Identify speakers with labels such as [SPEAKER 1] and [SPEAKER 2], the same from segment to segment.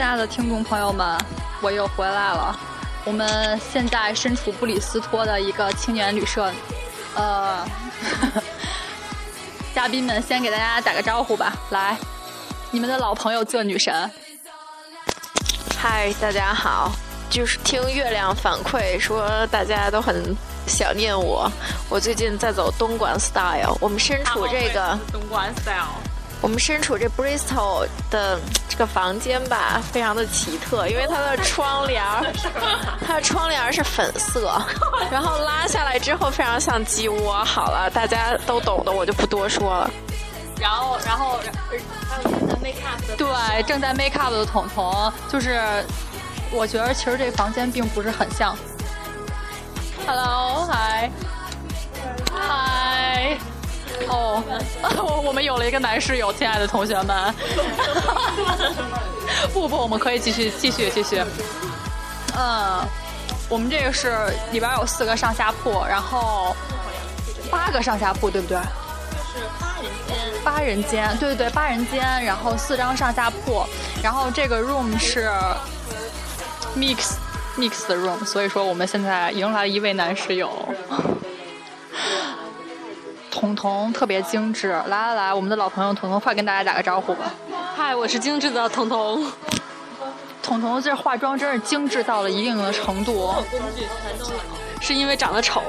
[SPEAKER 1] 爱的听众朋友们，我又回来了。我们现在身处布里斯托的一个青年旅社，呃， 嘉宾们先给大家打个招呼吧。来，你们的老朋友这女神，
[SPEAKER 2] 嗨，大家好，就是听月亮反馈说大家都很想念我，我最近在走东莞 style，我们身处这个。
[SPEAKER 3] 啊哦
[SPEAKER 1] 东莞 style。
[SPEAKER 2] 我们身处这 Bristol 的这个房间吧，非常的奇特，因为它的窗帘 儿，它的窗帘儿是粉色，然后拉下来之后非常像鸡窝。好了，大家都懂的，我就不多说了。
[SPEAKER 1] 然后，然后，呃对，正在 make up 的彤彤，就是我觉得其实这房间并不是很像。Hello，嗨，嗨，哦，我我们有了一个男室友，亲爱的同学们。 不不，我们可以继续继续继续。嗯，我们这个是里边有四个上下铺，然后八个上下铺，对不对？八人间，对对对，八人间，然后四张上下铺，然后这个 room 是 mix mix 的 room，所以说我们现在迎来了一位男室友， 彤彤特别精致，来来来，我们的老朋友彤彤，快跟大家打个招呼吧。
[SPEAKER 3] 嗨，我是精致的彤彤，
[SPEAKER 1] 彤彤这化妆真是精致到了一定的程度，
[SPEAKER 3] 是因为长得丑。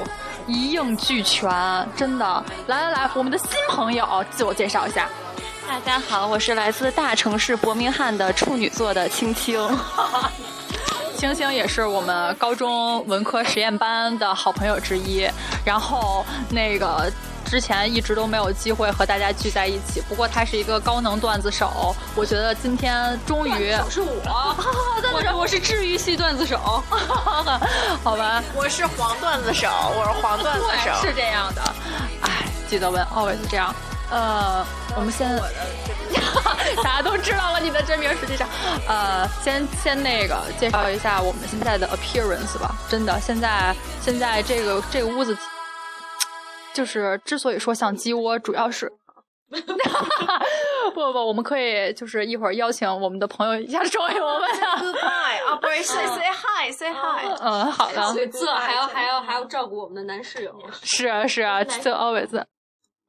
[SPEAKER 1] 一应俱全，真的。来来来，我们的新朋友自我介绍一下。
[SPEAKER 3] 大家好，我是来自大城市伯明翰的处女座的青青。
[SPEAKER 1] 星星也是我们高中文科实验班的好朋友之一，然后那个之前一直都没有机会和大家聚在一起，不过他是一个高能段子手，我觉得今天终于，
[SPEAKER 3] 是我，我我是治愈系段子手。
[SPEAKER 1] 好吧，
[SPEAKER 2] 我是黄段子手，我是黄段子手。
[SPEAKER 1] 是这样的，哎，记得问 always 这样。呃，我们先，大家都知道了你的真名，实际上，呃，先先那个介绍一下我们现在的 appearance 吧。真的，现在现在这个这个屋子，就是之所以说像鸡窝，主要是。 不不不，我们可以就是一会儿邀请我们的朋友一下 成为我们。
[SPEAKER 2] Goodbye,
[SPEAKER 3] 哦
[SPEAKER 2] operation. Say hi, say hi.
[SPEAKER 1] 嗯，好的。
[SPEAKER 3] 这哦还要还要还要照顾我们的男室友，
[SPEAKER 1] 是啊是啊，so always。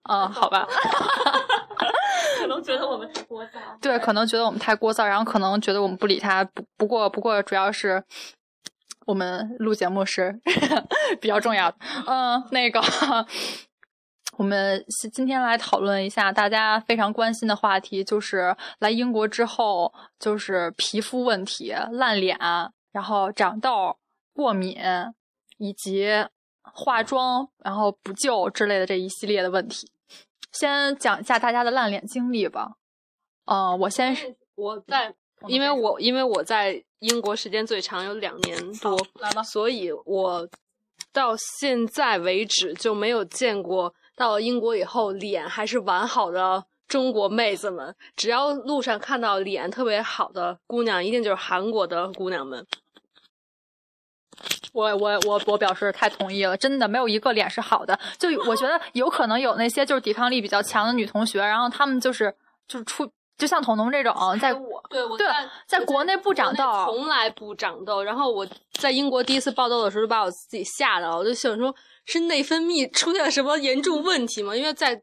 [SPEAKER 1] 嗯，好吧。
[SPEAKER 3] 可能觉得我们是聒噪。
[SPEAKER 1] 对，可能觉得我们太聒噪，然后可能觉得我们不理他。不不过不过，主要是我们录节目是 比较重要的。嗯，那个 我们是今天来讨论一下大家非常关心的话题，就是来英国之后，就是皮肤问题、烂脸，然后长痘、过敏，以及化妆然后补救之类的这一系列的问题。先讲一下大家的烂脸经历吧。嗯、我先是
[SPEAKER 3] 我在，
[SPEAKER 1] 哦
[SPEAKER 3] 因为我因为我在英国时间最长，有两年多，
[SPEAKER 1] 来吧，
[SPEAKER 3] 所以我到现在为止就没有见过到了英国以后脸还是完好的中国妹子们。只要路上看到脸特别好的姑娘，一定就是韩国的姑娘们。
[SPEAKER 1] 我我我我表示太同意了，真的没有一个脸是好的。就我 觉得有可能有那些就是抵抗力比较强的女同学，然后她们就是就是出，就像彤彤这种在
[SPEAKER 3] 我对我
[SPEAKER 1] 对
[SPEAKER 3] 在
[SPEAKER 1] 在国内不长
[SPEAKER 3] 国内
[SPEAKER 1] 痘，
[SPEAKER 3] 从来不长痘。然后我在英国第一次爆痘的时候，就把我自己吓到了，我就想说，是内分泌出现了什么严重问题吗？因为在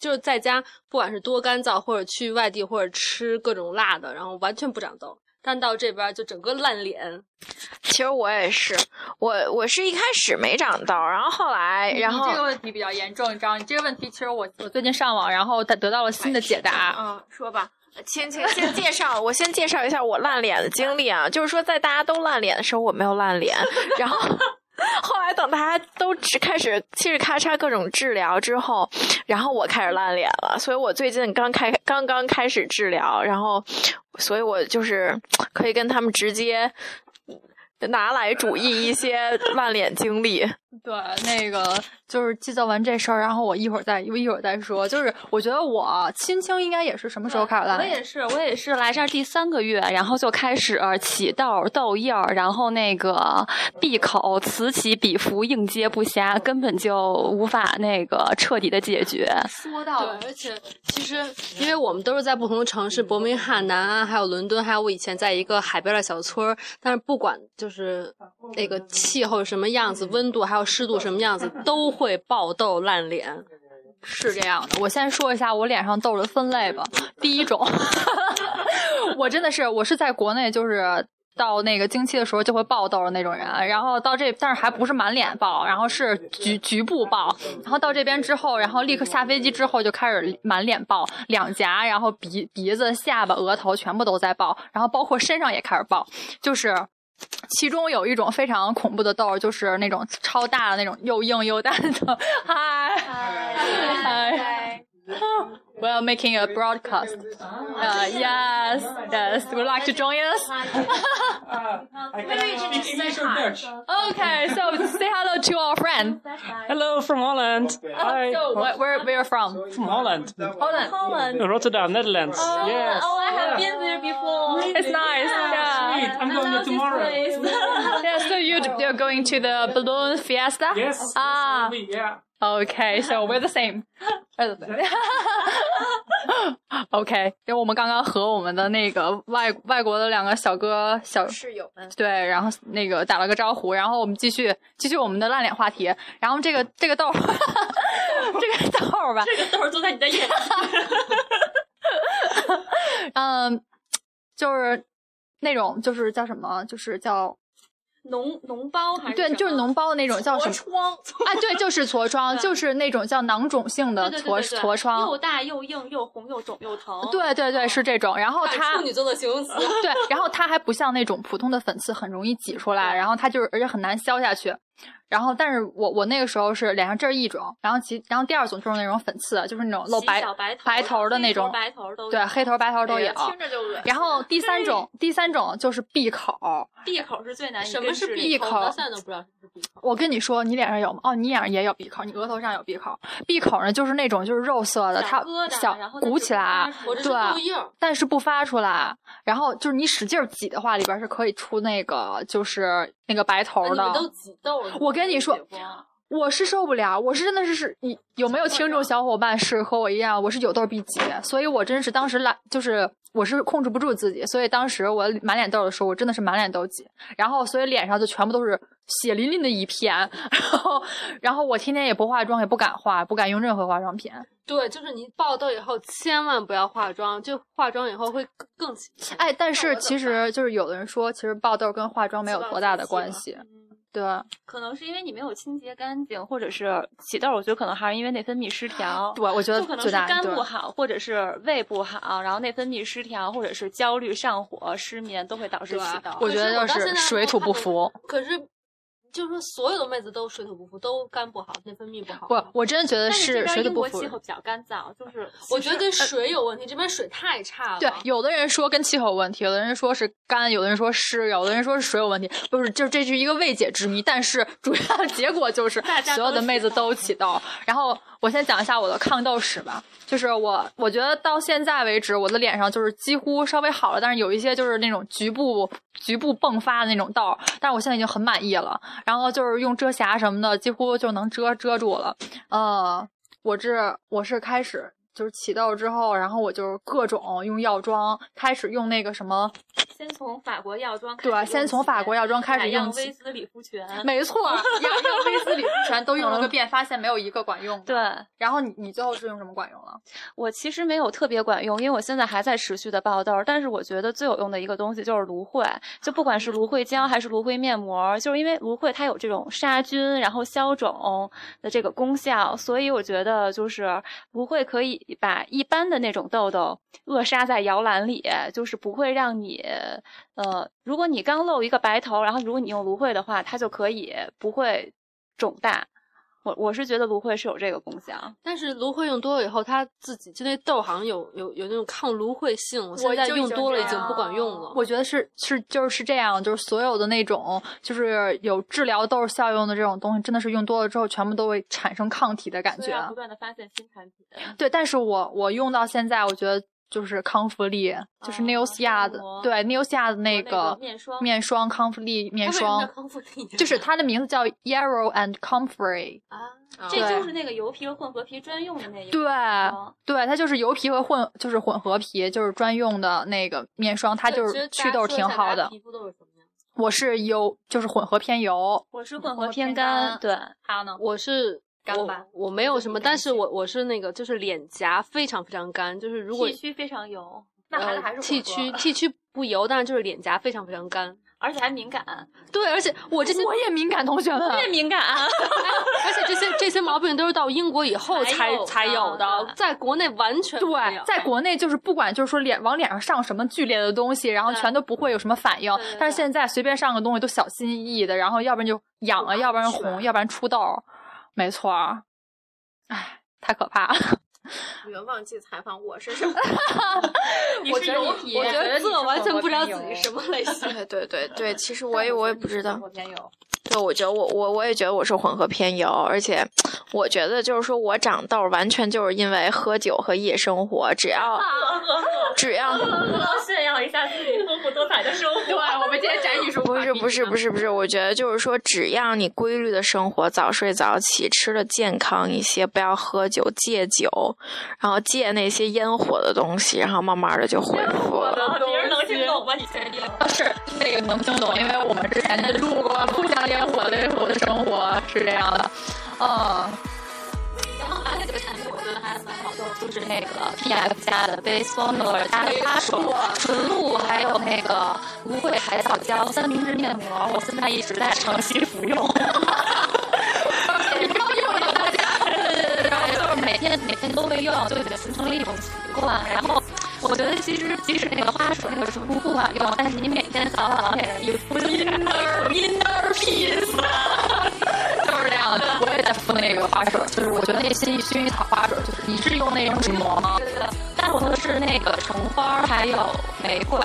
[SPEAKER 3] 就是在家，不管是多干燥，或者去外地，或者吃各种辣的，然后完全不长痘。但到这边就整个烂脸，
[SPEAKER 2] 其实我也是，我我是一开始没长痘，然后后来，然后
[SPEAKER 1] 你这个问题比较严重，你知道？你这个问题其实我我最近上网，然后得得到了哎新的解答。
[SPEAKER 2] 嗯，说吧。亲亲，先介绍，我先介绍一下我烂脸的经历啊，就是说在大家都烂脸的时候，我没有烂脸，然后后来等大家都只开始嘁哩咔嚓各种治疗之后，然后我开始烂脸了，所以我最近刚开刚刚开始治疗，然后所以我就是可以跟他们直接拿来主义一些烂脸经历，
[SPEAKER 1] 对，那个就是计较完这事儿，然后我一会儿再一会儿再说。就是我觉得我亲亲应该也是什么时候开始烂
[SPEAKER 4] 我
[SPEAKER 1] 的？
[SPEAKER 4] 也是，我也是来这儿第三个月，然后就开始起痘、痘印儿，然后那个闭口、此起彼伏，应接不暇，根本就无法那个彻底的解决。
[SPEAKER 1] 说
[SPEAKER 3] 对，而且其实因为我们都是在不同的城市，伯明翰、南安，还有伦敦，还有我以前在一个海边的小村儿。但是不管就是那个气候什么样子，温度还有湿度什么样子，都会爆痘烂脸。
[SPEAKER 1] 是这样的，我先说一下我脸上痘的分类吧。第一种， 我真的是我是在国内就是。到那个经期的时候就会爆痘的那种人，然后到这，但是还不是满脸爆，然后是局局部爆，然后到这边之后，然后立刻下飞机之后就开始满脸爆，两颊，然后鼻鼻子、下巴、额头全部都在爆，然后包括身上也开始爆，就是其中有一种非常恐怖的痘，就是那种超大的那种又硬又大的，嗨嗨。We are making a broadcast. Uh, yes, yes. Would you like to join us?
[SPEAKER 5] Maybe you should just say hi.
[SPEAKER 1] Okay, so say hello to our friend.
[SPEAKER 6] Hello from Holland. Hi.
[SPEAKER 5] Oh,
[SPEAKER 1] So where where, where are you from?
[SPEAKER 6] From Holland.
[SPEAKER 1] Holland.
[SPEAKER 6] Rotterdam, Netherlands.
[SPEAKER 5] Oh,
[SPEAKER 6] yes.
[SPEAKER 4] Oh, I have been there before.
[SPEAKER 1] It's nice. Yeah.
[SPEAKER 6] Sweet. I'm going there tomorrow.
[SPEAKER 1] Yeah. So you you're going to the balloon fiesta?
[SPEAKER 6] Yes.
[SPEAKER 1] Ah.
[SPEAKER 6] We- Yeah.
[SPEAKER 1] Okay, so we're the same. We're the same. OK，因为我们刚刚和我们的那个外外国的两个小哥小
[SPEAKER 2] 室友们，
[SPEAKER 1] 对，然后那个打了个招呼，然后我们继续继续我们的烂脸话题。然后这个这个豆儿， 这个豆儿吧，
[SPEAKER 4] 这个痘都在你的眼睛。
[SPEAKER 1] 嗯，就是那种就是叫什么，就是叫
[SPEAKER 4] 脓脓包还是
[SPEAKER 1] 对，就是脓包的那种叫什么？
[SPEAKER 4] 疮，
[SPEAKER 1] 啊，对，就是痤疮，
[SPEAKER 4] 对
[SPEAKER 1] 就是那种叫囊肿性的
[SPEAKER 4] 对对
[SPEAKER 1] 痤
[SPEAKER 4] 对对
[SPEAKER 1] 痤疮
[SPEAKER 4] 又。大又硬又红又肿又疼。
[SPEAKER 1] 对对
[SPEAKER 4] 哦
[SPEAKER 1] 对，是这种。然后它
[SPEAKER 3] 处女座的形容词。
[SPEAKER 1] 对，然后它还不像那种普通的粉刺很容易挤出来，然后它就是而且很难消下去。然后，但是我我那个时候是脸上这是一种，然后其然后第二种就是那种粉刺，就是那种露
[SPEAKER 4] 起
[SPEAKER 1] 白
[SPEAKER 4] 小白头
[SPEAKER 1] 白头的那种
[SPEAKER 4] 黑头白头都有哎
[SPEAKER 1] 对黑头白头都有。
[SPEAKER 2] 听着就恶心。
[SPEAKER 1] 然后第三种第三种就是闭口，
[SPEAKER 4] 闭口是最难以
[SPEAKER 3] 什么
[SPEAKER 4] 根治
[SPEAKER 3] 是
[SPEAKER 4] 的
[SPEAKER 3] 闭
[SPEAKER 1] 口
[SPEAKER 3] 口？我现在都不知道什么是闭口。
[SPEAKER 1] 我跟你说，你脸上有吗？哦，你脸上也有闭口，你额头上有闭口。闭口呢，就是那种就是肉色的，
[SPEAKER 4] 小
[SPEAKER 1] 它
[SPEAKER 4] 疙瘩
[SPEAKER 1] 小
[SPEAKER 4] 然后它
[SPEAKER 1] 鼓
[SPEAKER 4] 只
[SPEAKER 1] 起
[SPEAKER 4] 不
[SPEAKER 1] 来
[SPEAKER 4] 发，出
[SPEAKER 3] 我
[SPEAKER 4] 来
[SPEAKER 3] 这是
[SPEAKER 1] 对
[SPEAKER 3] 痘印儿，
[SPEAKER 1] 但是不发出来。然后就是你使劲儿挤的话，里边是可以出那个就是那个白头
[SPEAKER 4] 哦
[SPEAKER 3] 那你
[SPEAKER 1] 的。
[SPEAKER 3] 们都挤痘了。
[SPEAKER 1] 我跟你说，我是受不了，我是真的是是，你有没有听众小伙伴是和我一样，我是有痘必挤，所以我真是当时懒，就是我是控制不住自己，所以当时我满脸痘的时候，我真的是满脸都挤，然后所以脸上就全部都是血淋淋的一片， 然后然后我天天也不化妆，也不敢化，不敢用任何化妆品。
[SPEAKER 3] 对，就是你爆痘以后千万不要化妆，就化妆以后会更更起劲。
[SPEAKER 1] 哎，但是
[SPEAKER 2] 我怎
[SPEAKER 1] 其
[SPEAKER 2] 么
[SPEAKER 1] 实就是有的人说，其实爆痘跟化妆没有多大的关系，
[SPEAKER 3] 嗯
[SPEAKER 1] 对，
[SPEAKER 4] 可能是因为你没有清洁干净，或者是起痘，我觉得可能还是因为内分泌失调。
[SPEAKER 1] 对，我觉得
[SPEAKER 4] 就可能
[SPEAKER 1] 最
[SPEAKER 4] 是
[SPEAKER 1] 大
[SPEAKER 4] 肝
[SPEAKER 1] 对
[SPEAKER 4] 不好，或者是胃不好，然后内分泌失调，或者是焦虑、上火、失眠，都会导致
[SPEAKER 1] 对
[SPEAKER 4] 起痘。
[SPEAKER 1] 我觉得
[SPEAKER 3] 可是我到
[SPEAKER 1] 就是
[SPEAKER 3] 现在
[SPEAKER 1] 水
[SPEAKER 3] 还
[SPEAKER 1] 土
[SPEAKER 3] 没
[SPEAKER 1] 不
[SPEAKER 3] 有
[SPEAKER 1] 服。
[SPEAKER 3] 可是，就是说所有的妹子都水土不服，都肝不好，内分泌不好。
[SPEAKER 1] 不，我真的觉得
[SPEAKER 4] 但这
[SPEAKER 1] 是
[SPEAKER 4] 边
[SPEAKER 1] 水土
[SPEAKER 4] 英
[SPEAKER 1] 不
[SPEAKER 4] 国
[SPEAKER 1] 服
[SPEAKER 4] 气。候比较干燥，就是
[SPEAKER 3] 我觉得跟水有问题，这边水太差了。
[SPEAKER 1] 呃对，有的人说跟气候有问题，有的人说是干，有的人说湿，有的人说是水有问题，不是，就这是一个未解之谜。但是主要的结果就是
[SPEAKER 4] 家
[SPEAKER 1] 所有
[SPEAKER 4] 都
[SPEAKER 1] 的妹子都起痘。然后我先讲一下我的抗痘史吧，就是我我觉得到现在为止，我的脸上就是几乎稍微好了，但是有一些就是那种局部局部迸发的那种痘，但是我现在已经很满意了。然后就是用遮瑕什么的，几乎就能遮遮住了。呃，我这我是开始就是起痘之后，然后我就各种用药妆，开始用那个什么，
[SPEAKER 4] 先从法国药妆开始
[SPEAKER 1] 对吧？
[SPEAKER 4] 用起，
[SPEAKER 1] 先从法国药妆开
[SPEAKER 4] 采
[SPEAKER 1] 始
[SPEAKER 4] 样
[SPEAKER 1] 用
[SPEAKER 4] 薇
[SPEAKER 1] 起，
[SPEAKER 4] 姿理肤泉，
[SPEAKER 1] 没错，雅漾薇丝理肤泉都用了个遍，发现没有一个管用。，
[SPEAKER 4] 对。
[SPEAKER 1] 然后你你最后是用什么管用了？
[SPEAKER 4] 我其实没有特别管用，因为我现在还在持续的爆痘儿。但是我觉得最有用的一个东西就是芦荟，就不管是芦荟胶还是芦荟面膜，就是因为芦荟它有这种杀菌然后消肿的这个功效，所以我觉得就是芦荟可以把一般的那种痘痘扼杀在摇篮里，就是不会让你呃，如果你刚露一个白头，然后如果你用芦荟的话，它就可以不会肿大。我我是觉得芦荟是有这个功效。
[SPEAKER 3] 但是芦荟用多了以后，它自己就那豆儿好像有有有那种抗芦荟性，我现在
[SPEAKER 2] 就已
[SPEAKER 3] 用
[SPEAKER 2] 经
[SPEAKER 3] 多了
[SPEAKER 2] 这
[SPEAKER 3] 已经不管用了。
[SPEAKER 1] 我觉得是是就是这样，就是所有的那种就是有治疗痘效用的这种东西，真的是用多了之后，全部都会产生抗体的感
[SPEAKER 4] 所以
[SPEAKER 1] 觉。
[SPEAKER 4] 要不断的发现新产品，
[SPEAKER 1] 对，但是我我用到现在，我觉得就是康复力，就是
[SPEAKER 4] 哦
[SPEAKER 1] n e o s i a
[SPEAKER 4] 面
[SPEAKER 1] 的，
[SPEAKER 4] 膜
[SPEAKER 1] 对 n e o s i a 的那个
[SPEAKER 4] 面霜
[SPEAKER 1] 面霜康复力面霜，
[SPEAKER 3] 康复力
[SPEAKER 1] 就是它的名字叫 Yarrow and Comfrey，
[SPEAKER 4] 啊，这
[SPEAKER 2] 这
[SPEAKER 1] 对
[SPEAKER 4] 就是那个油皮和混合皮专用的那一个
[SPEAKER 1] 对
[SPEAKER 4] 面霜
[SPEAKER 1] 对，它就是油皮和混就是混合皮，就是专用的那个面霜，它就是祛痘挺好的。
[SPEAKER 3] 皮肤都是什么样？
[SPEAKER 1] 我是油，就是混合偏油，
[SPEAKER 4] 我是混合
[SPEAKER 1] 偏
[SPEAKER 4] 偏
[SPEAKER 1] 干
[SPEAKER 4] 干，对，
[SPEAKER 1] 它呢，
[SPEAKER 3] 我是
[SPEAKER 4] 干
[SPEAKER 3] 我
[SPEAKER 4] 吧
[SPEAKER 3] 我没有什么，但是我我是那个就是脸颊非常非常干，就是如果
[SPEAKER 4] 剃须非常油，
[SPEAKER 1] 那还是还是
[SPEAKER 3] 呃剃
[SPEAKER 1] 混合
[SPEAKER 3] 须剃须不油，但是就是脸颊非常非常干。
[SPEAKER 4] 而且还敏感，
[SPEAKER 3] 对，而且我 这些
[SPEAKER 1] 我也敏感，同学们。
[SPEAKER 4] 越敏感，
[SPEAKER 3] 而且这些这些毛病都是到英国以后
[SPEAKER 4] 才
[SPEAKER 3] 才
[SPEAKER 4] 有
[SPEAKER 3] 才
[SPEAKER 4] 的
[SPEAKER 3] 有的
[SPEAKER 4] 对，
[SPEAKER 3] 在国内完全没有
[SPEAKER 1] 对，在国内就是不管就是说脸往脸上上什么剧烈的东西，然后
[SPEAKER 3] 对
[SPEAKER 1] 全都不会有什么反应
[SPEAKER 3] 嗯对对。
[SPEAKER 1] 但
[SPEAKER 3] 对
[SPEAKER 1] 是现在随便上个东西都小心翼翼的，然后要不然就痒啊，要不然红，要不然出痘，没错儿。唉，太可怕了。
[SPEAKER 2] 原忘记采访我是什么。
[SPEAKER 4] 我觉得油皮，
[SPEAKER 3] 我觉得自我完全不知道自己
[SPEAKER 4] 什么类型。
[SPEAKER 2] 对对对对，其实我也我也不知道。
[SPEAKER 4] 我偏油，
[SPEAKER 2] 对，我觉得我我我也觉得我是混合偏油，而且我觉得就是说我长痘儿完全就是因为喝酒和夜生活，只要 只要
[SPEAKER 4] 啊要炫耀一下自己丰富多彩的生活。对，我们今天展 示
[SPEAKER 2] 不是不是不是不是，我觉得就是说，只要你规律的生活，早睡早起，吃的健康一些，不要喝酒，戒酒，然后戒那些烟火的东西，然后慢慢的就恢复了。
[SPEAKER 4] 别人能听懂吗？你确定？
[SPEAKER 1] 是那个能听懂，因为我们之前录过《互相烟火的我的生活》是这样的，嗯。
[SPEAKER 4] 然后还有一个产品，我觉得还蛮好用，就是那个 PF 家的 Base Formula 加的花水、纯露，还有那个芦荟海藻胶三明治面膜，我现在一直在长期服用。 也不知道用没有大家， 对就是每天每天都会用，就已经形成了一种习惯。然后我觉得其实即使那个花水那个纯露不管用，但是你每天早晚往脸上一敷，就 inner inner peace。就是这样的，我也在敷那个花水，就是我觉得那薰衣薰衣草花水，就是你是用那种纸膜吗？对的，但是我用的是那个橙花还有玫瑰。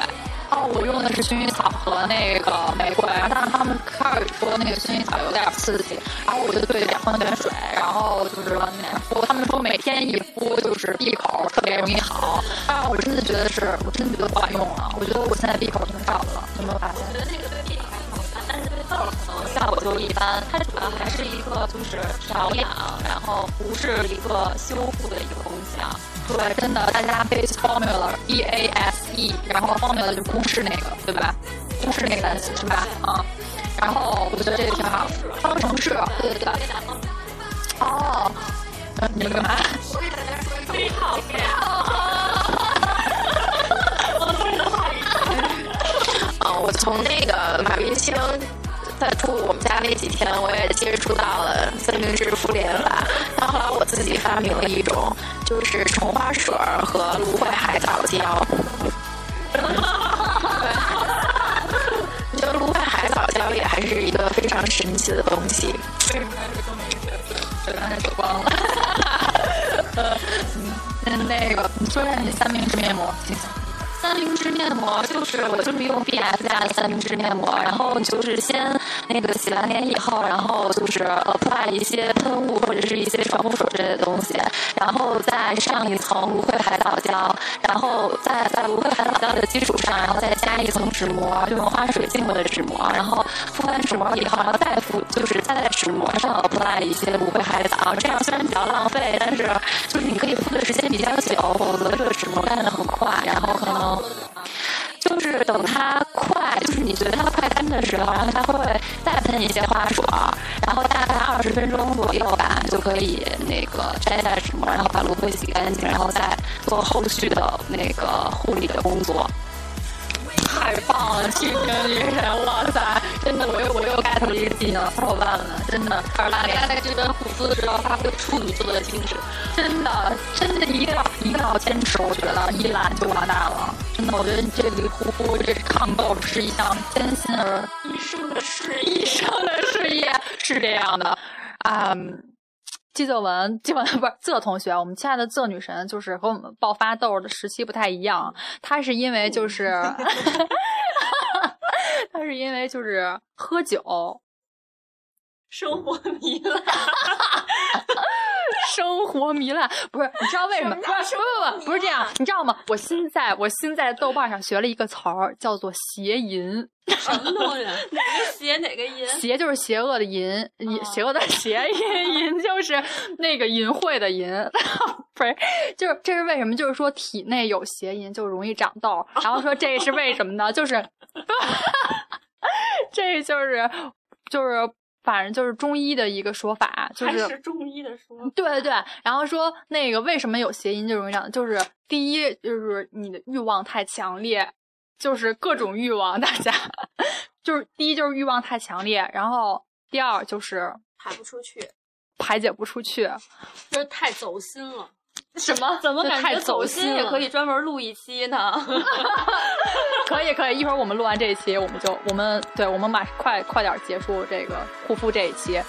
[SPEAKER 4] 哦，我用的是薰衣草和那个玫瑰，但是他们开始说那个薰衣草有点刺激，然后我就兑点矿泉水，然后就是往脸上敷。他们说每天一敷就是闭口特别容易好，但是我真的觉得是，我真的觉得不管用了。我觉得我现在闭口挺少的了，有没有发现？我觉得那个对闭口还挺好的，但是对痘可能效果就一般。它主要还是一个就是调养，啊然后不是一个修复的一个功效。对，真的，大家 base formula B A S E，然后 formula 就公式那个，对吧？公式那个单词是吧？啊、然后我觉得这个挺好，方程式，对对对。哦，呃你们干嘛？
[SPEAKER 2] 啊，我从那个马云星在住我们家那几天，我也接触到了三明治敷脸法。但后来我自己发明了一种，就是虫花水儿和芦荟海藻胶。我觉得芦荟海藻胶也还是一个非常神奇的东西。
[SPEAKER 1] 对，刚才走光了。嗯，那个，你说一下你三明治面膜，请讲。
[SPEAKER 4] 三明治面膜就是我就是用 B S 家的三明治面膜，然后就是先那个洗完脸以后，然后就是 apply 一些喷雾或者是一些爽肤水之类的东西，然后再上一层芦荟海藻胶，然后再在芦荟海藻胶的基础上，然后再加一层纸膜，就用花水浸过的纸膜，然后敷完纸膜以后，然后再敷就是再在纸膜上 apply 一些芦荟海藻，这样虽然比较浪费，但是就是你可以敷的时间比较久，否则这个纸膜干的很快，然后可能就是等它快，就是你觉得它快干的时候，然后它会再喷一些花水儿，然后大概二十分钟左右吧，就可以那个摘下纸膜，然后把芦荟洗干净，然后再做后续的那个护理的工作。太棒了，去听女人，哇塞！真的，我又我又 get 了一个技能，小伙伴们，真的，二大家在这边护肤的时候发挥处女座的精神，真的，真的一定要一定要坚持，我觉得一懒就完蛋了，真的，我觉得这个护肤这抗痘是一项艰辛而一生的事业，一生的事业是这样的，啊、嗯
[SPEAKER 1] 季泽文，季文不是泽同学，我们亲爱的泽女神，就是和我们爆发痘的时期不太一样，她是因为就是，
[SPEAKER 5] 嗯
[SPEAKER 1] 她是因为就是喝酒，
[SPEAKER 5] 生活糜烂，
[SPEAKER 1] 生活糜烂，不是？你知道为什么？不
[SPEAKER 5] 叫生
[SPEAKER 1] 不不不，不是这样，你知道吗？我新在我新在豆瓣上学了一个词儿，叫做邪淫。
[SPEAKER 5] 什么东西？哪个邪哪个淫？
[SPEAKER 1] 邪就是邪恶的淫，淫邪恶的邪淫，淫就是那个淫秽的淫， 不是，就是这是为什么？就是说体内有邪淫就容易长痘，然后说这是为什么呢？就是，这就是就是反正就是中医的一个说法，就
[SPEAKER 5] 还
[SPEAKER 1] 是
[SPEAKER 5] 是中医的说法，
[SPEAKER 1] 对对对，然后说那个为什么有谐音就容易长，就是第一就是你的欲望太强烈，就是各种欲望，大家 就是第一就是欲望太强烈，然后第二就是
[SPEAKER 5] 排不出去。
[SPEAKER 1] 排解不出去，
[SPEAKER 3] 就是太走心了。
[SPEAKER 1] 什么
[SPEAKER 5] 啊怎么
[SPEAKER 1] 这
[SPEAKER 5] 感
[SPEAKER 1] 太
[SPEAKER 5] 觉走
[SPEAKER 1] 心
[SPEAKER 5] 心也
[SPEAKER 1] 了
[SPEAKER 5] 可以专门录一期呢？
[SPEAKER 1] 可以可以，一会儿我们录完这一期，我们就我们对我们马快快点结束这个护肤这一期。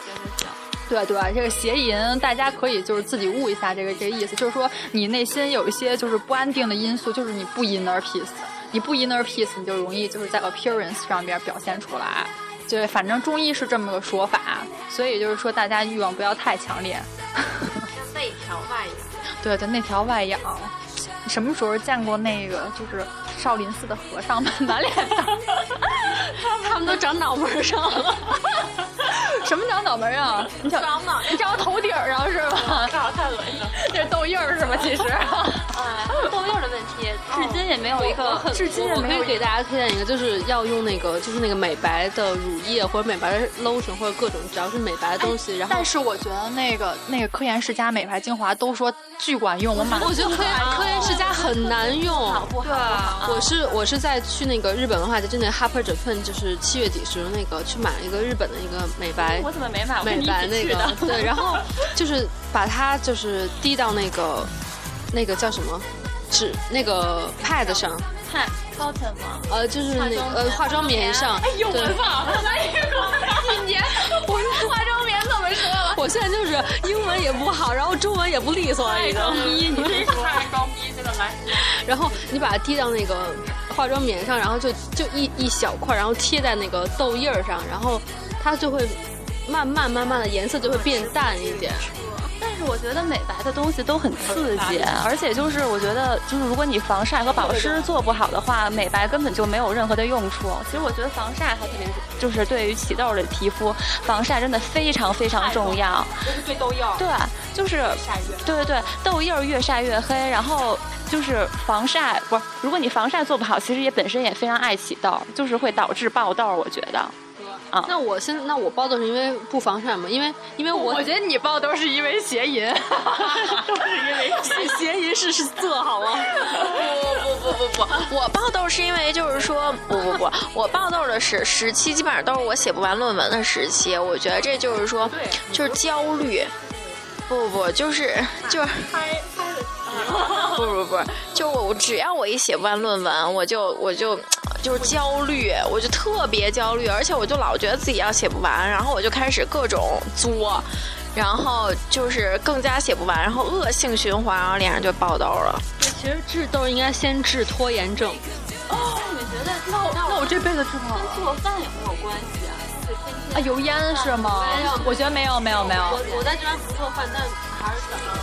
[SPEAKER 1] 对对，这个邪淫，大家可以就是自己悟一下这个这个意思，就是说你内心有一些就是不安定的因素，就是你不 inner peace，你不 inner peace，你就容易就是在 appearance 上边表现出来。对，反正中医是这么个说法，啊所以就是说大家欲望不要太强烈。
[SPEAKER 5] 内调外养，
[SPEAKER 1] 对对，内调外养。你什么时候见过那个就是少林寺的和尚们满脸
[SPEAKER 3] 他们都长脑门上了，
[SPEAKER 1] 什么长脑门儿啊？你长
[SPEAKER 5] 长脑袋
[SPEAKER 1] 你长头顶儿啊上是 吧？
[SPEAKER 5] 这太恶心 了。
[SPEAKER 1] 这是痘印儿是吧？其实
[SPEAKER 5] 哎，
[SPEAKER 4] 痘印儿的问题，至今也没有一个
[SPEAKER 3] 哦我
[SPEAKER 1] 至今也
[SPEAKER 3] 我
[SPEAKER 1] 没
[SPEAKER 3] 可
[SPEAKER 1] 有
[SPEAKER 3] 以给大家推荐一个，就是要用那个，就是那个美白的乳液或者美白的 lotion 或者各种只要是美白的东西，然后
[SPEAKER 1] 但是我觉得那个那个科颜氏加美白精华都说巨管用，我买
[SPEAKER 3] 我觉得科颜科颜世家很难用。
[SPEAKER 5] 不好，
[SPEAKER 3] 我是我是在去那个日本文化节，就那 Harper Japan，就是七月底时候那个去买了一个日本的一个美白
[SPEAKER 4] 哎我怎么没买？我跟
[SPEAKER 3] 美
[SPEAKER 4] 你一
[SPEAKER 3] 白
[SPEAKER 4] 起
[SPEAKER 3] 那
[SPEAKER 4] 去
[SPEAKER 3] 个
[SPEAKER 4] 的。，
[SPEAKER 3] 对，然后就是把它就是滴到那个那个叫什么纸那个 pad 上，
[SPEAKER 4] 看 cotton 吗？哎
[SPEAKER 3] 呃，就是那个呃化妆棉上，有文化， 我今年我化妆棉怎么说？我现在就是英文也不好，然后中文也不利索啊
[SPEAKER 4] 哎
[SPEAKER 3] 了，已经。
[SPEAKER 5] 逼，你这太装逼，真的来。
[SPEAKER 3] 然后你把它滴到那个化妆棉上，然后就就一一小块，然后贴在那个痘印儿上，然后它就会慢慢慢慢的颜色就会变淡一点。
[SPEAKER 4] 但是我觉得美白的东西都很刺 激，而且就是我觉得就是如果你防晒和保湿做不好的话，美白根本就没有任何的用处。其实我觉得防晒还特别是就是对于起痘的皮肤，防晒真的非常非常重要。
[SPEAKER 5] 就是对痘印儿，
[SPEAKER 4] 对，就是对对对，痘印儿越晒越黑，然后就是防晒不是，如果你防晒做不好，其实也本身也非常爱起痘，就是会导致爆痘。我觉得
[SPEAKER 3] 那我现在那我爆痘是因为不防晒嘛？因为因为我
[SPEAKER 1] 我觉得你报都是因为邪 淫，
[SPEAKER 3] 谐音是是色好吗？
[SPEAKER 2] 不不不不， 我爆痘是因为就是说，不不不，我爆痘的时时期基本上都是我写不完论文的时期。我觉得这就是说，就是焦虑。不不不，就是就是
[SPEAKER 5] 拍拍的
[SPEAKER 2] 不不不，就我只要我一写不完论文，我就我就就是焦虑，我就特别焦虑，而且我就老觉得自己要写不完，然后我就开始各种作，然后就是更加写不完，然后恶性循环，然后脸上就爆痘了。
[SPEAKER 3] 哎其实治痘应该先治拖延症。哦
[SPEAKER 1] 那我这辈子治不好了。
[SPEAKER 5] 做饭有没有关系啊？就是天天
[SPEAKER 1] 啊，油烟是吗？ 我觉得没有没有没有，
[SPEAKER 5] 我我在这边不做饭，但还是想到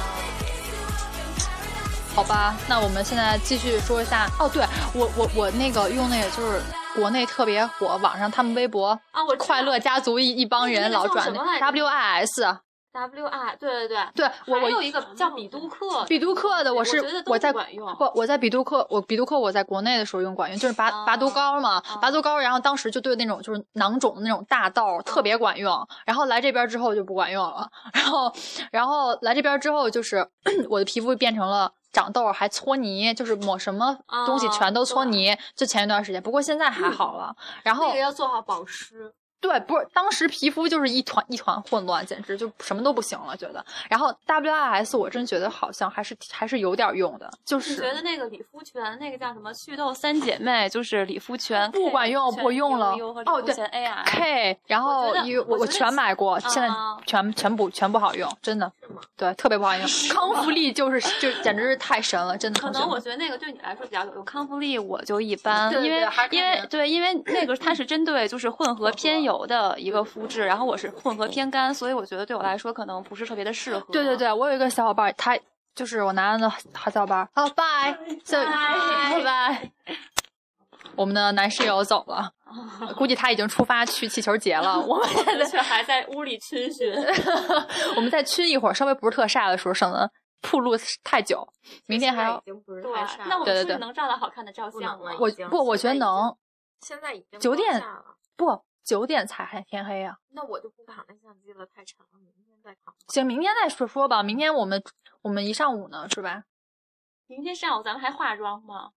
[SPEAKER 1] 好吧，那我们现在继续说一下。哦，对我我我那个用那个就是国内特别火，网上他们微博
[SPEAKER 5] 啊，我
[SPEAKER 1] 快乐家族一一帮人老转
[SPEAKER 5] 那个叫什么来着
[SPEAKER 1] 那 WIS，
[SPEAKER 5] W I，对对对，
[SPEAKER 1] 对我
[SPEAKER 5] 还有
[SPEAKER 1] 我
[SPEAKER 5] 一个叫比杜克，
[SPEAKER 1] 比杜克的我是
[SPEAKER 5] 我觉得都
[SPEAKER 1] 我在
[SPEAKER 5] 不管用
[SPEAKER 1] 不我在比杜克我比杜克我在国内的时候用管用，就是拔
[SPEAKER 5] 啊
[SPEAKER 1] 拔毒膏嘛，拔毒膏，然后当时就对那种就是囊肿的那种大痘儿
[SPEAKER 5] 哦
[SPEAKER 1] 特别管用，然后来这边之后就不管用了，然后然后来这边之后就是 我的皮肤变成了。长痘儿还搓泥，就是抹什么东西
[SPEAKER 5] 啊
[SPEAKER 1] 全都搓
[SPEAKER 5] 对嗯
[SPEAKER 1] 泥。就前一段时间，不过现在还好了。然后
[SPEAKER 5] 那个要做好保湿，
[SPEAKER 1] 对，不是当时皮肤就是一团一团混乱，简直就什么都不行了，觉得。然后 WIS 我真觉得好像还是还是有点用的，就
[SPEAKER 5] 你
[SPEAKER 1] 是
[SPEAKER 5] 觉得那个理肤泉那个叫什么祛痘三
[SPEAKER 4] 三姐妹就是理肤泉，
[SPEAKER 1] 不管用我用了哦对
[SPEAKER 4] ，A R，
[SPEAKER 1] K，然后
[SPEAKER 5] 我觉得
[SPEAKER 1] 一我
[SPEAKER 5] 我觉得
[SPEAKER 1] 全买过，现在
[SPEAKER 5] 啊
[SPEAKER 1] 全全部全不好用，真的，对，特别 不好用。康复力就是就简直是太神了，真的。
[SPEAKER 5] 可
[SPEAKER 1] 同学
[SPEAKER 5] 能
[SPEAKER 1] 们
[SPEAKER 5] 我觉得那个对你来说比较有用。
[SPEAKER 4] 康复力我就一般，
[SPEAKER 1] 对对
[SPEAKER 4] 因为
[SPEAKER 1] 对还是看
[SPEAKER 4] 因为
[SPEAKER 1] 人
[SPEAKER 4] 对，因为那个它是针对就是混合偏油的一个肤质，然后我是混合偏干，所以我觉得对我来说可能不是特别的适合。
[SPEAKER 1] 对对对，我有一个小伙伴，他就是我男的好小伙伴。好，拜，就拜 拜。我们的男室友走了，估计他已经出发去气球节了。我们
[SPEAKER 5] 却还在屋里逡巡，
[SPEAKER 1] 我们再熏一会儿，稍微不是特晒的时候，省得铺路太久。明天还
[SPEAKER 7] 现在
[SPEAKER 1] 要
[SPEAKER 7] 已，经不是
[SPEAKER 5] 对
[SPEAKER 7] 太晒，
[SPEAKER 5] 那我
[SPEAKER 1] 对对
[SPEAKER 5] 们是
[SPEAKER 1] 对
[SPEAKER 5] 能照到好看的照相
[SPEAKER 7] 不能
[SPEAKER 5] 吗
[SPEAKER 7] 了？
[SPEAKER 1] 我
[SPEAKER 7] 已经
[SPEAKER 1] 不，我觉得
[SPEAKER 7] 现在已经
[SPEAKER 1] 能
[SPEAKER 7] 现在已经
[SPEAKER 1] 九
[SPEAKER 7] 光
[SPEAKER 1] 点
[SPEAKER 7] 下了，
[SPEAKER 1] 不九点才还天黑啊。
[SPEAKER 7] 那我就不扛那相机了，太沉了，明天再扛。
[SPEAKER 1] 行，明天再说说吧。明天我们我们一上午呢，是吧？
[SPEAKER 5] 明天上午咱们还化妆吗？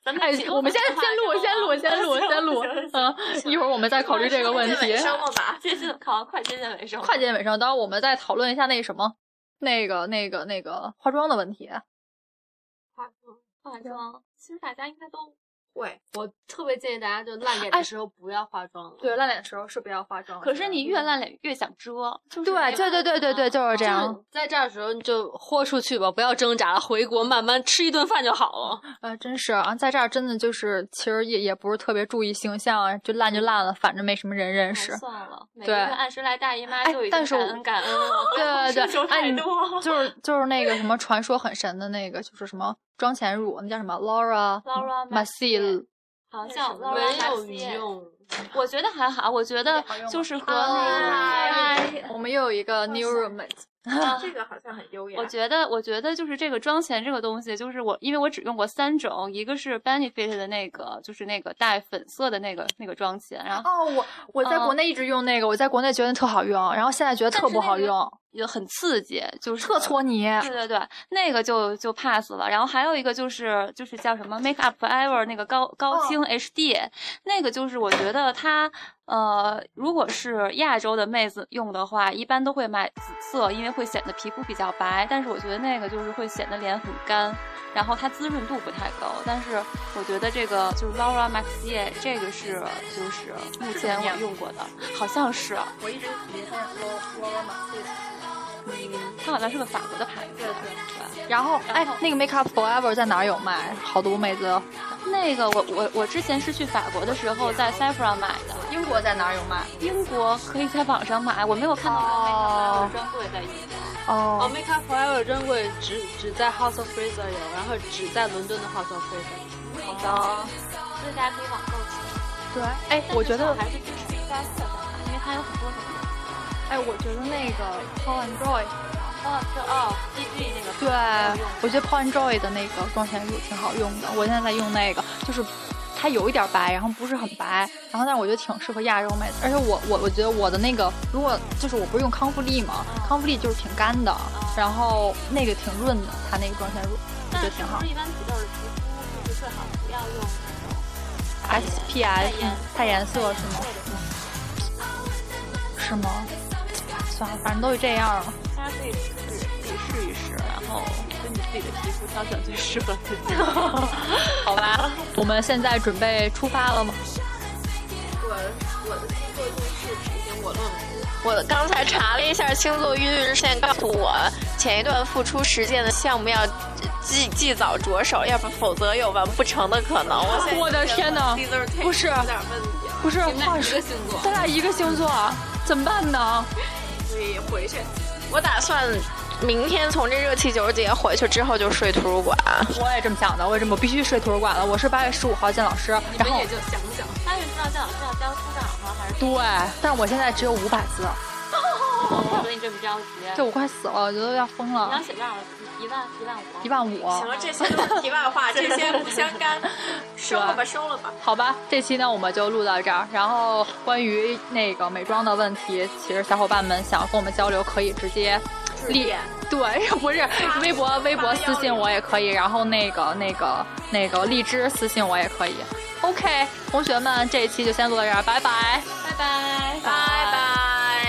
[SPEAKER 5] 咱们
[SPEAKER 1] 哎
[SPEAKER 5] 几，个
[SPEAKER 1] 我们
[SPEAKER 5] 粉
[SPEAKER 1] 先
[SPEAKER 5] 丝
[SPEAKER 1] 先录，先录，先录，先 录。嗯，一会儿我们再考虑这个问题。
[SPEAKER 5] 化接近好，快接近尾声了，
[SPEAKER 1] 快接尾声，到时候我们再讨论一下那什么，那个、那个、那个化妆的问题。
[SPEAKER 5] 化妆化妆。其实大家应该都
[SPEAKER 7] 会，
[SPEAKER 3] 我特别建议大家就烂脸的时候不要化妆了。
[SPEAKER 1] 哎对，烂脸的时候是不要化妆
[SPEAKER 4] 可是你越烂脸越想遮，就
[SPEAKER 1] 对
[SPEAKER 4] 是没
[SPEAKER 1] 对对对对对，就是这样。，
[SPEAKER 3] 在这儿的时候你就豁出去吧，不要挣扎了，回国慢慢吃一顿饭就好 了。
[SPEAKER 1] 呃，真是啊，在这儿真的就是，其实也也不是特别注意形象，啊就烂就烂了，反正没什么人认识
[SPEAKER 5] 还。算了，每
[SPEAKER 1] 对
[SPEAKER 5] 个月按时来大姨妈
[SPEAKER 1] 哎
[SPEAKER 5] 就已
[SPEAKER 1] 但
[SPEAKER 5] 经
[SPEAKER 1] 是
[SPEAKER 5] 感
[SPEAKER 1] 我
[SPEAKER 5] 恩感恩了，不要
[SPEAKER 1] 对对
[SPEAKER 5] 奢求
[SPEAKER 1] 对，哎，
[SPEAKER 5] 太
[SPEAKER 1] 你
[SPEAKER 5] 多。
[SPEAKER 1] 就是就是那个什么传说很神的那个，就是什么妆前乳，那叫什么 Laura 嗯
[SPEAKER 5] Laura
[SPEAKER 1] m a s i l
[SPEAKER 5] 好像
[SPEAKER 7] 那
[SPEAKER 3] 没
[SPEAKER 5] 没
[SPEAKER 3] 有
[SPEAKER 5] 有
[SPEAKER 3] 用，
[SPEAKER 4] 我觉得还好，我觉得就是和
[SPEAKER 1] 啊
[SPEAKER 4] 那个。
[SPEAKER 1] 我们又有一个 new roommate，
[SPEAKER 7] 啊这个好像很优雅。
[SPEAKER 4] 我觉得，我觉得就是这个妆前这个东西，就是我，因为我只用过三种，一个是 Benefit 的那个，就是那个带粉色的那个那个妆前，然后
[SPEAKER 1] 哦，我我在国内一直用那个，我在国内觉得特好用，然后现在觉得特不好用，
[SPEAKER 4] 也很刺激，就是
[SPEAKER 1] 特搓泥。
[SPEAKER 4] 对对对，那个就就 pass 了。然后还有一个就是就是叫什么 Make Up Forever 那个高高清 HD，、那个就是我觉得它呃，如果是亚洲的妹子用的话，一般都会买紫色，因为会显得皮肤比较白。但是我觉得那个就是会显得脸很干，然后它滋润度不太高。但是我觉得这个就是 Laura Mercier 这个是就是目前我用过的，好像是啊
[SPEAKER 1] 我一直以为它是 Laura m a s i l
[SPEAKER 4] 嗯它好像是个法国的牌子。对对。
[SPEAKER 1] 然后，哎，那个 Make Up Forever 在哪儿有卖？好多妹子。哦
[SPEAKER 4] 那个我我我之前是去法国的时候在 Sephora 买的，
[SPEAKER 1] 英国在哪儿有卖？
[SPEAKER 4] 英国可以在网上买，我没有看到在 Sephora
[SPEAKER 1] 哦
[SPEAKER 4] 的专柜在英国。
[SPEAKER 3] 哦
[SPEAKER 1] 哦，
[SPEAKER 3] ，Make Up Forever 专柜只只在 House of Fraser 有，然后只在伦敦的 House of Fraser。
[SPEAKER 4] 好的，
[SPEAKER 5] 所以大家可以网购吃。
[SPEAKER 1] 对，哎，我觉得，
[SPEAKER 5] 还是支持应该色彩。
[SPEAKER 4] 因为它有很多种。
[SPEAKER 1] 哎，我觉得那个 Paul and Joy，
[SPEAKER 5] 哦，就哦，G G 那个
[SPEAKER 1] 对，我觉得 Paul and Joy 的那个妆前乳挺好用的，我现在在用那个，就是。它有一点白，然后不是很白，然后但是我觉得挺适合亚洲妹子，而且我我我觉得我的那个，如果就是我不是用康复力嘛，康复力就是挺干
[SPEAKER 5] 哦
[SPEAKER 1] 的，然后那个挺润的，它那个妆前乳我觉
[SPEAKER 5] 但
[SPEAKER 1] 得
[SPEAKER 5] 是
[SPEAKER 1] 挺好
[SPEAKER 5] 不是一般皮痘的皮肤就是最好不要用那种
[SPEAKER 1] ，SPF
[SPEAKER 5] 颜
[SPEAKER 1] 嗯太颜色是吗？
[SPEAKER 5] 色的
[SPEAKER 1] 是吗？算了，反正都是这样了。
[SPEAKER 4] 大家可以试可以试一试，然后根据自己的皮肤挑选最适合自己。好吧，
[SPEAKER 1] 我们现在准备出发了吗？
[SPEAKER 7] 我我的工作就是执行我论文。
[SPEAKER 2] 我刚才查了一下星座运日线，告诉我前一段付出实践的项目要尽尽早着手，要不否则有完不成的可能。我现在
[SPEAKER 7] 啊
[SPEAKER 1] 我的天哪！不是，
[SPEAKER 7] 有点问题啊，
[SPEAKER 1] 不是，话说，咱俩一个星座，啊怎么办呢？
[SPEAKER 7] 所以回去
[SPEAKER 2] 我打算明天从这热气球节回去之后就睡图书馆。
[SPEAKER 1] 我也这么想的，我也这么，我必须睡图书馆了。我是八月十五号见老师，然后
[SPEAKER 5] 八月十号见老师要交出账吗？还是
[SPEAKER 1] 对，但我现在只有五百字，
[SPEAKER 5] 我觉得你这么着急？
[SPEAKER 1] 这我快死了，我觉得要疯
[SPEAKER 5] 你要
[SPEAKER 1] 了，
[SPEAKER 5] 写多少？一万一万五？
[SPEAKER 1] 一万五。
[SPEAKER 7] 行了，这些都是题外话，这些不相 干，收了吧，收了吧。
[SPEAKER 1] 好吧，这期呢我们就录到这儿。然后关于那个美妆的问题，其实小伙伴们想要跟我们交流，可以直接立对，不是微博微博私信我也可以，然后那个那个那个荔枝私信我也可以。OK，同学们，这一期就先录到这儿，拜拜，拜拜。
[SPEAKER 8] 拜拜。
[SPEAKER 3] 拜。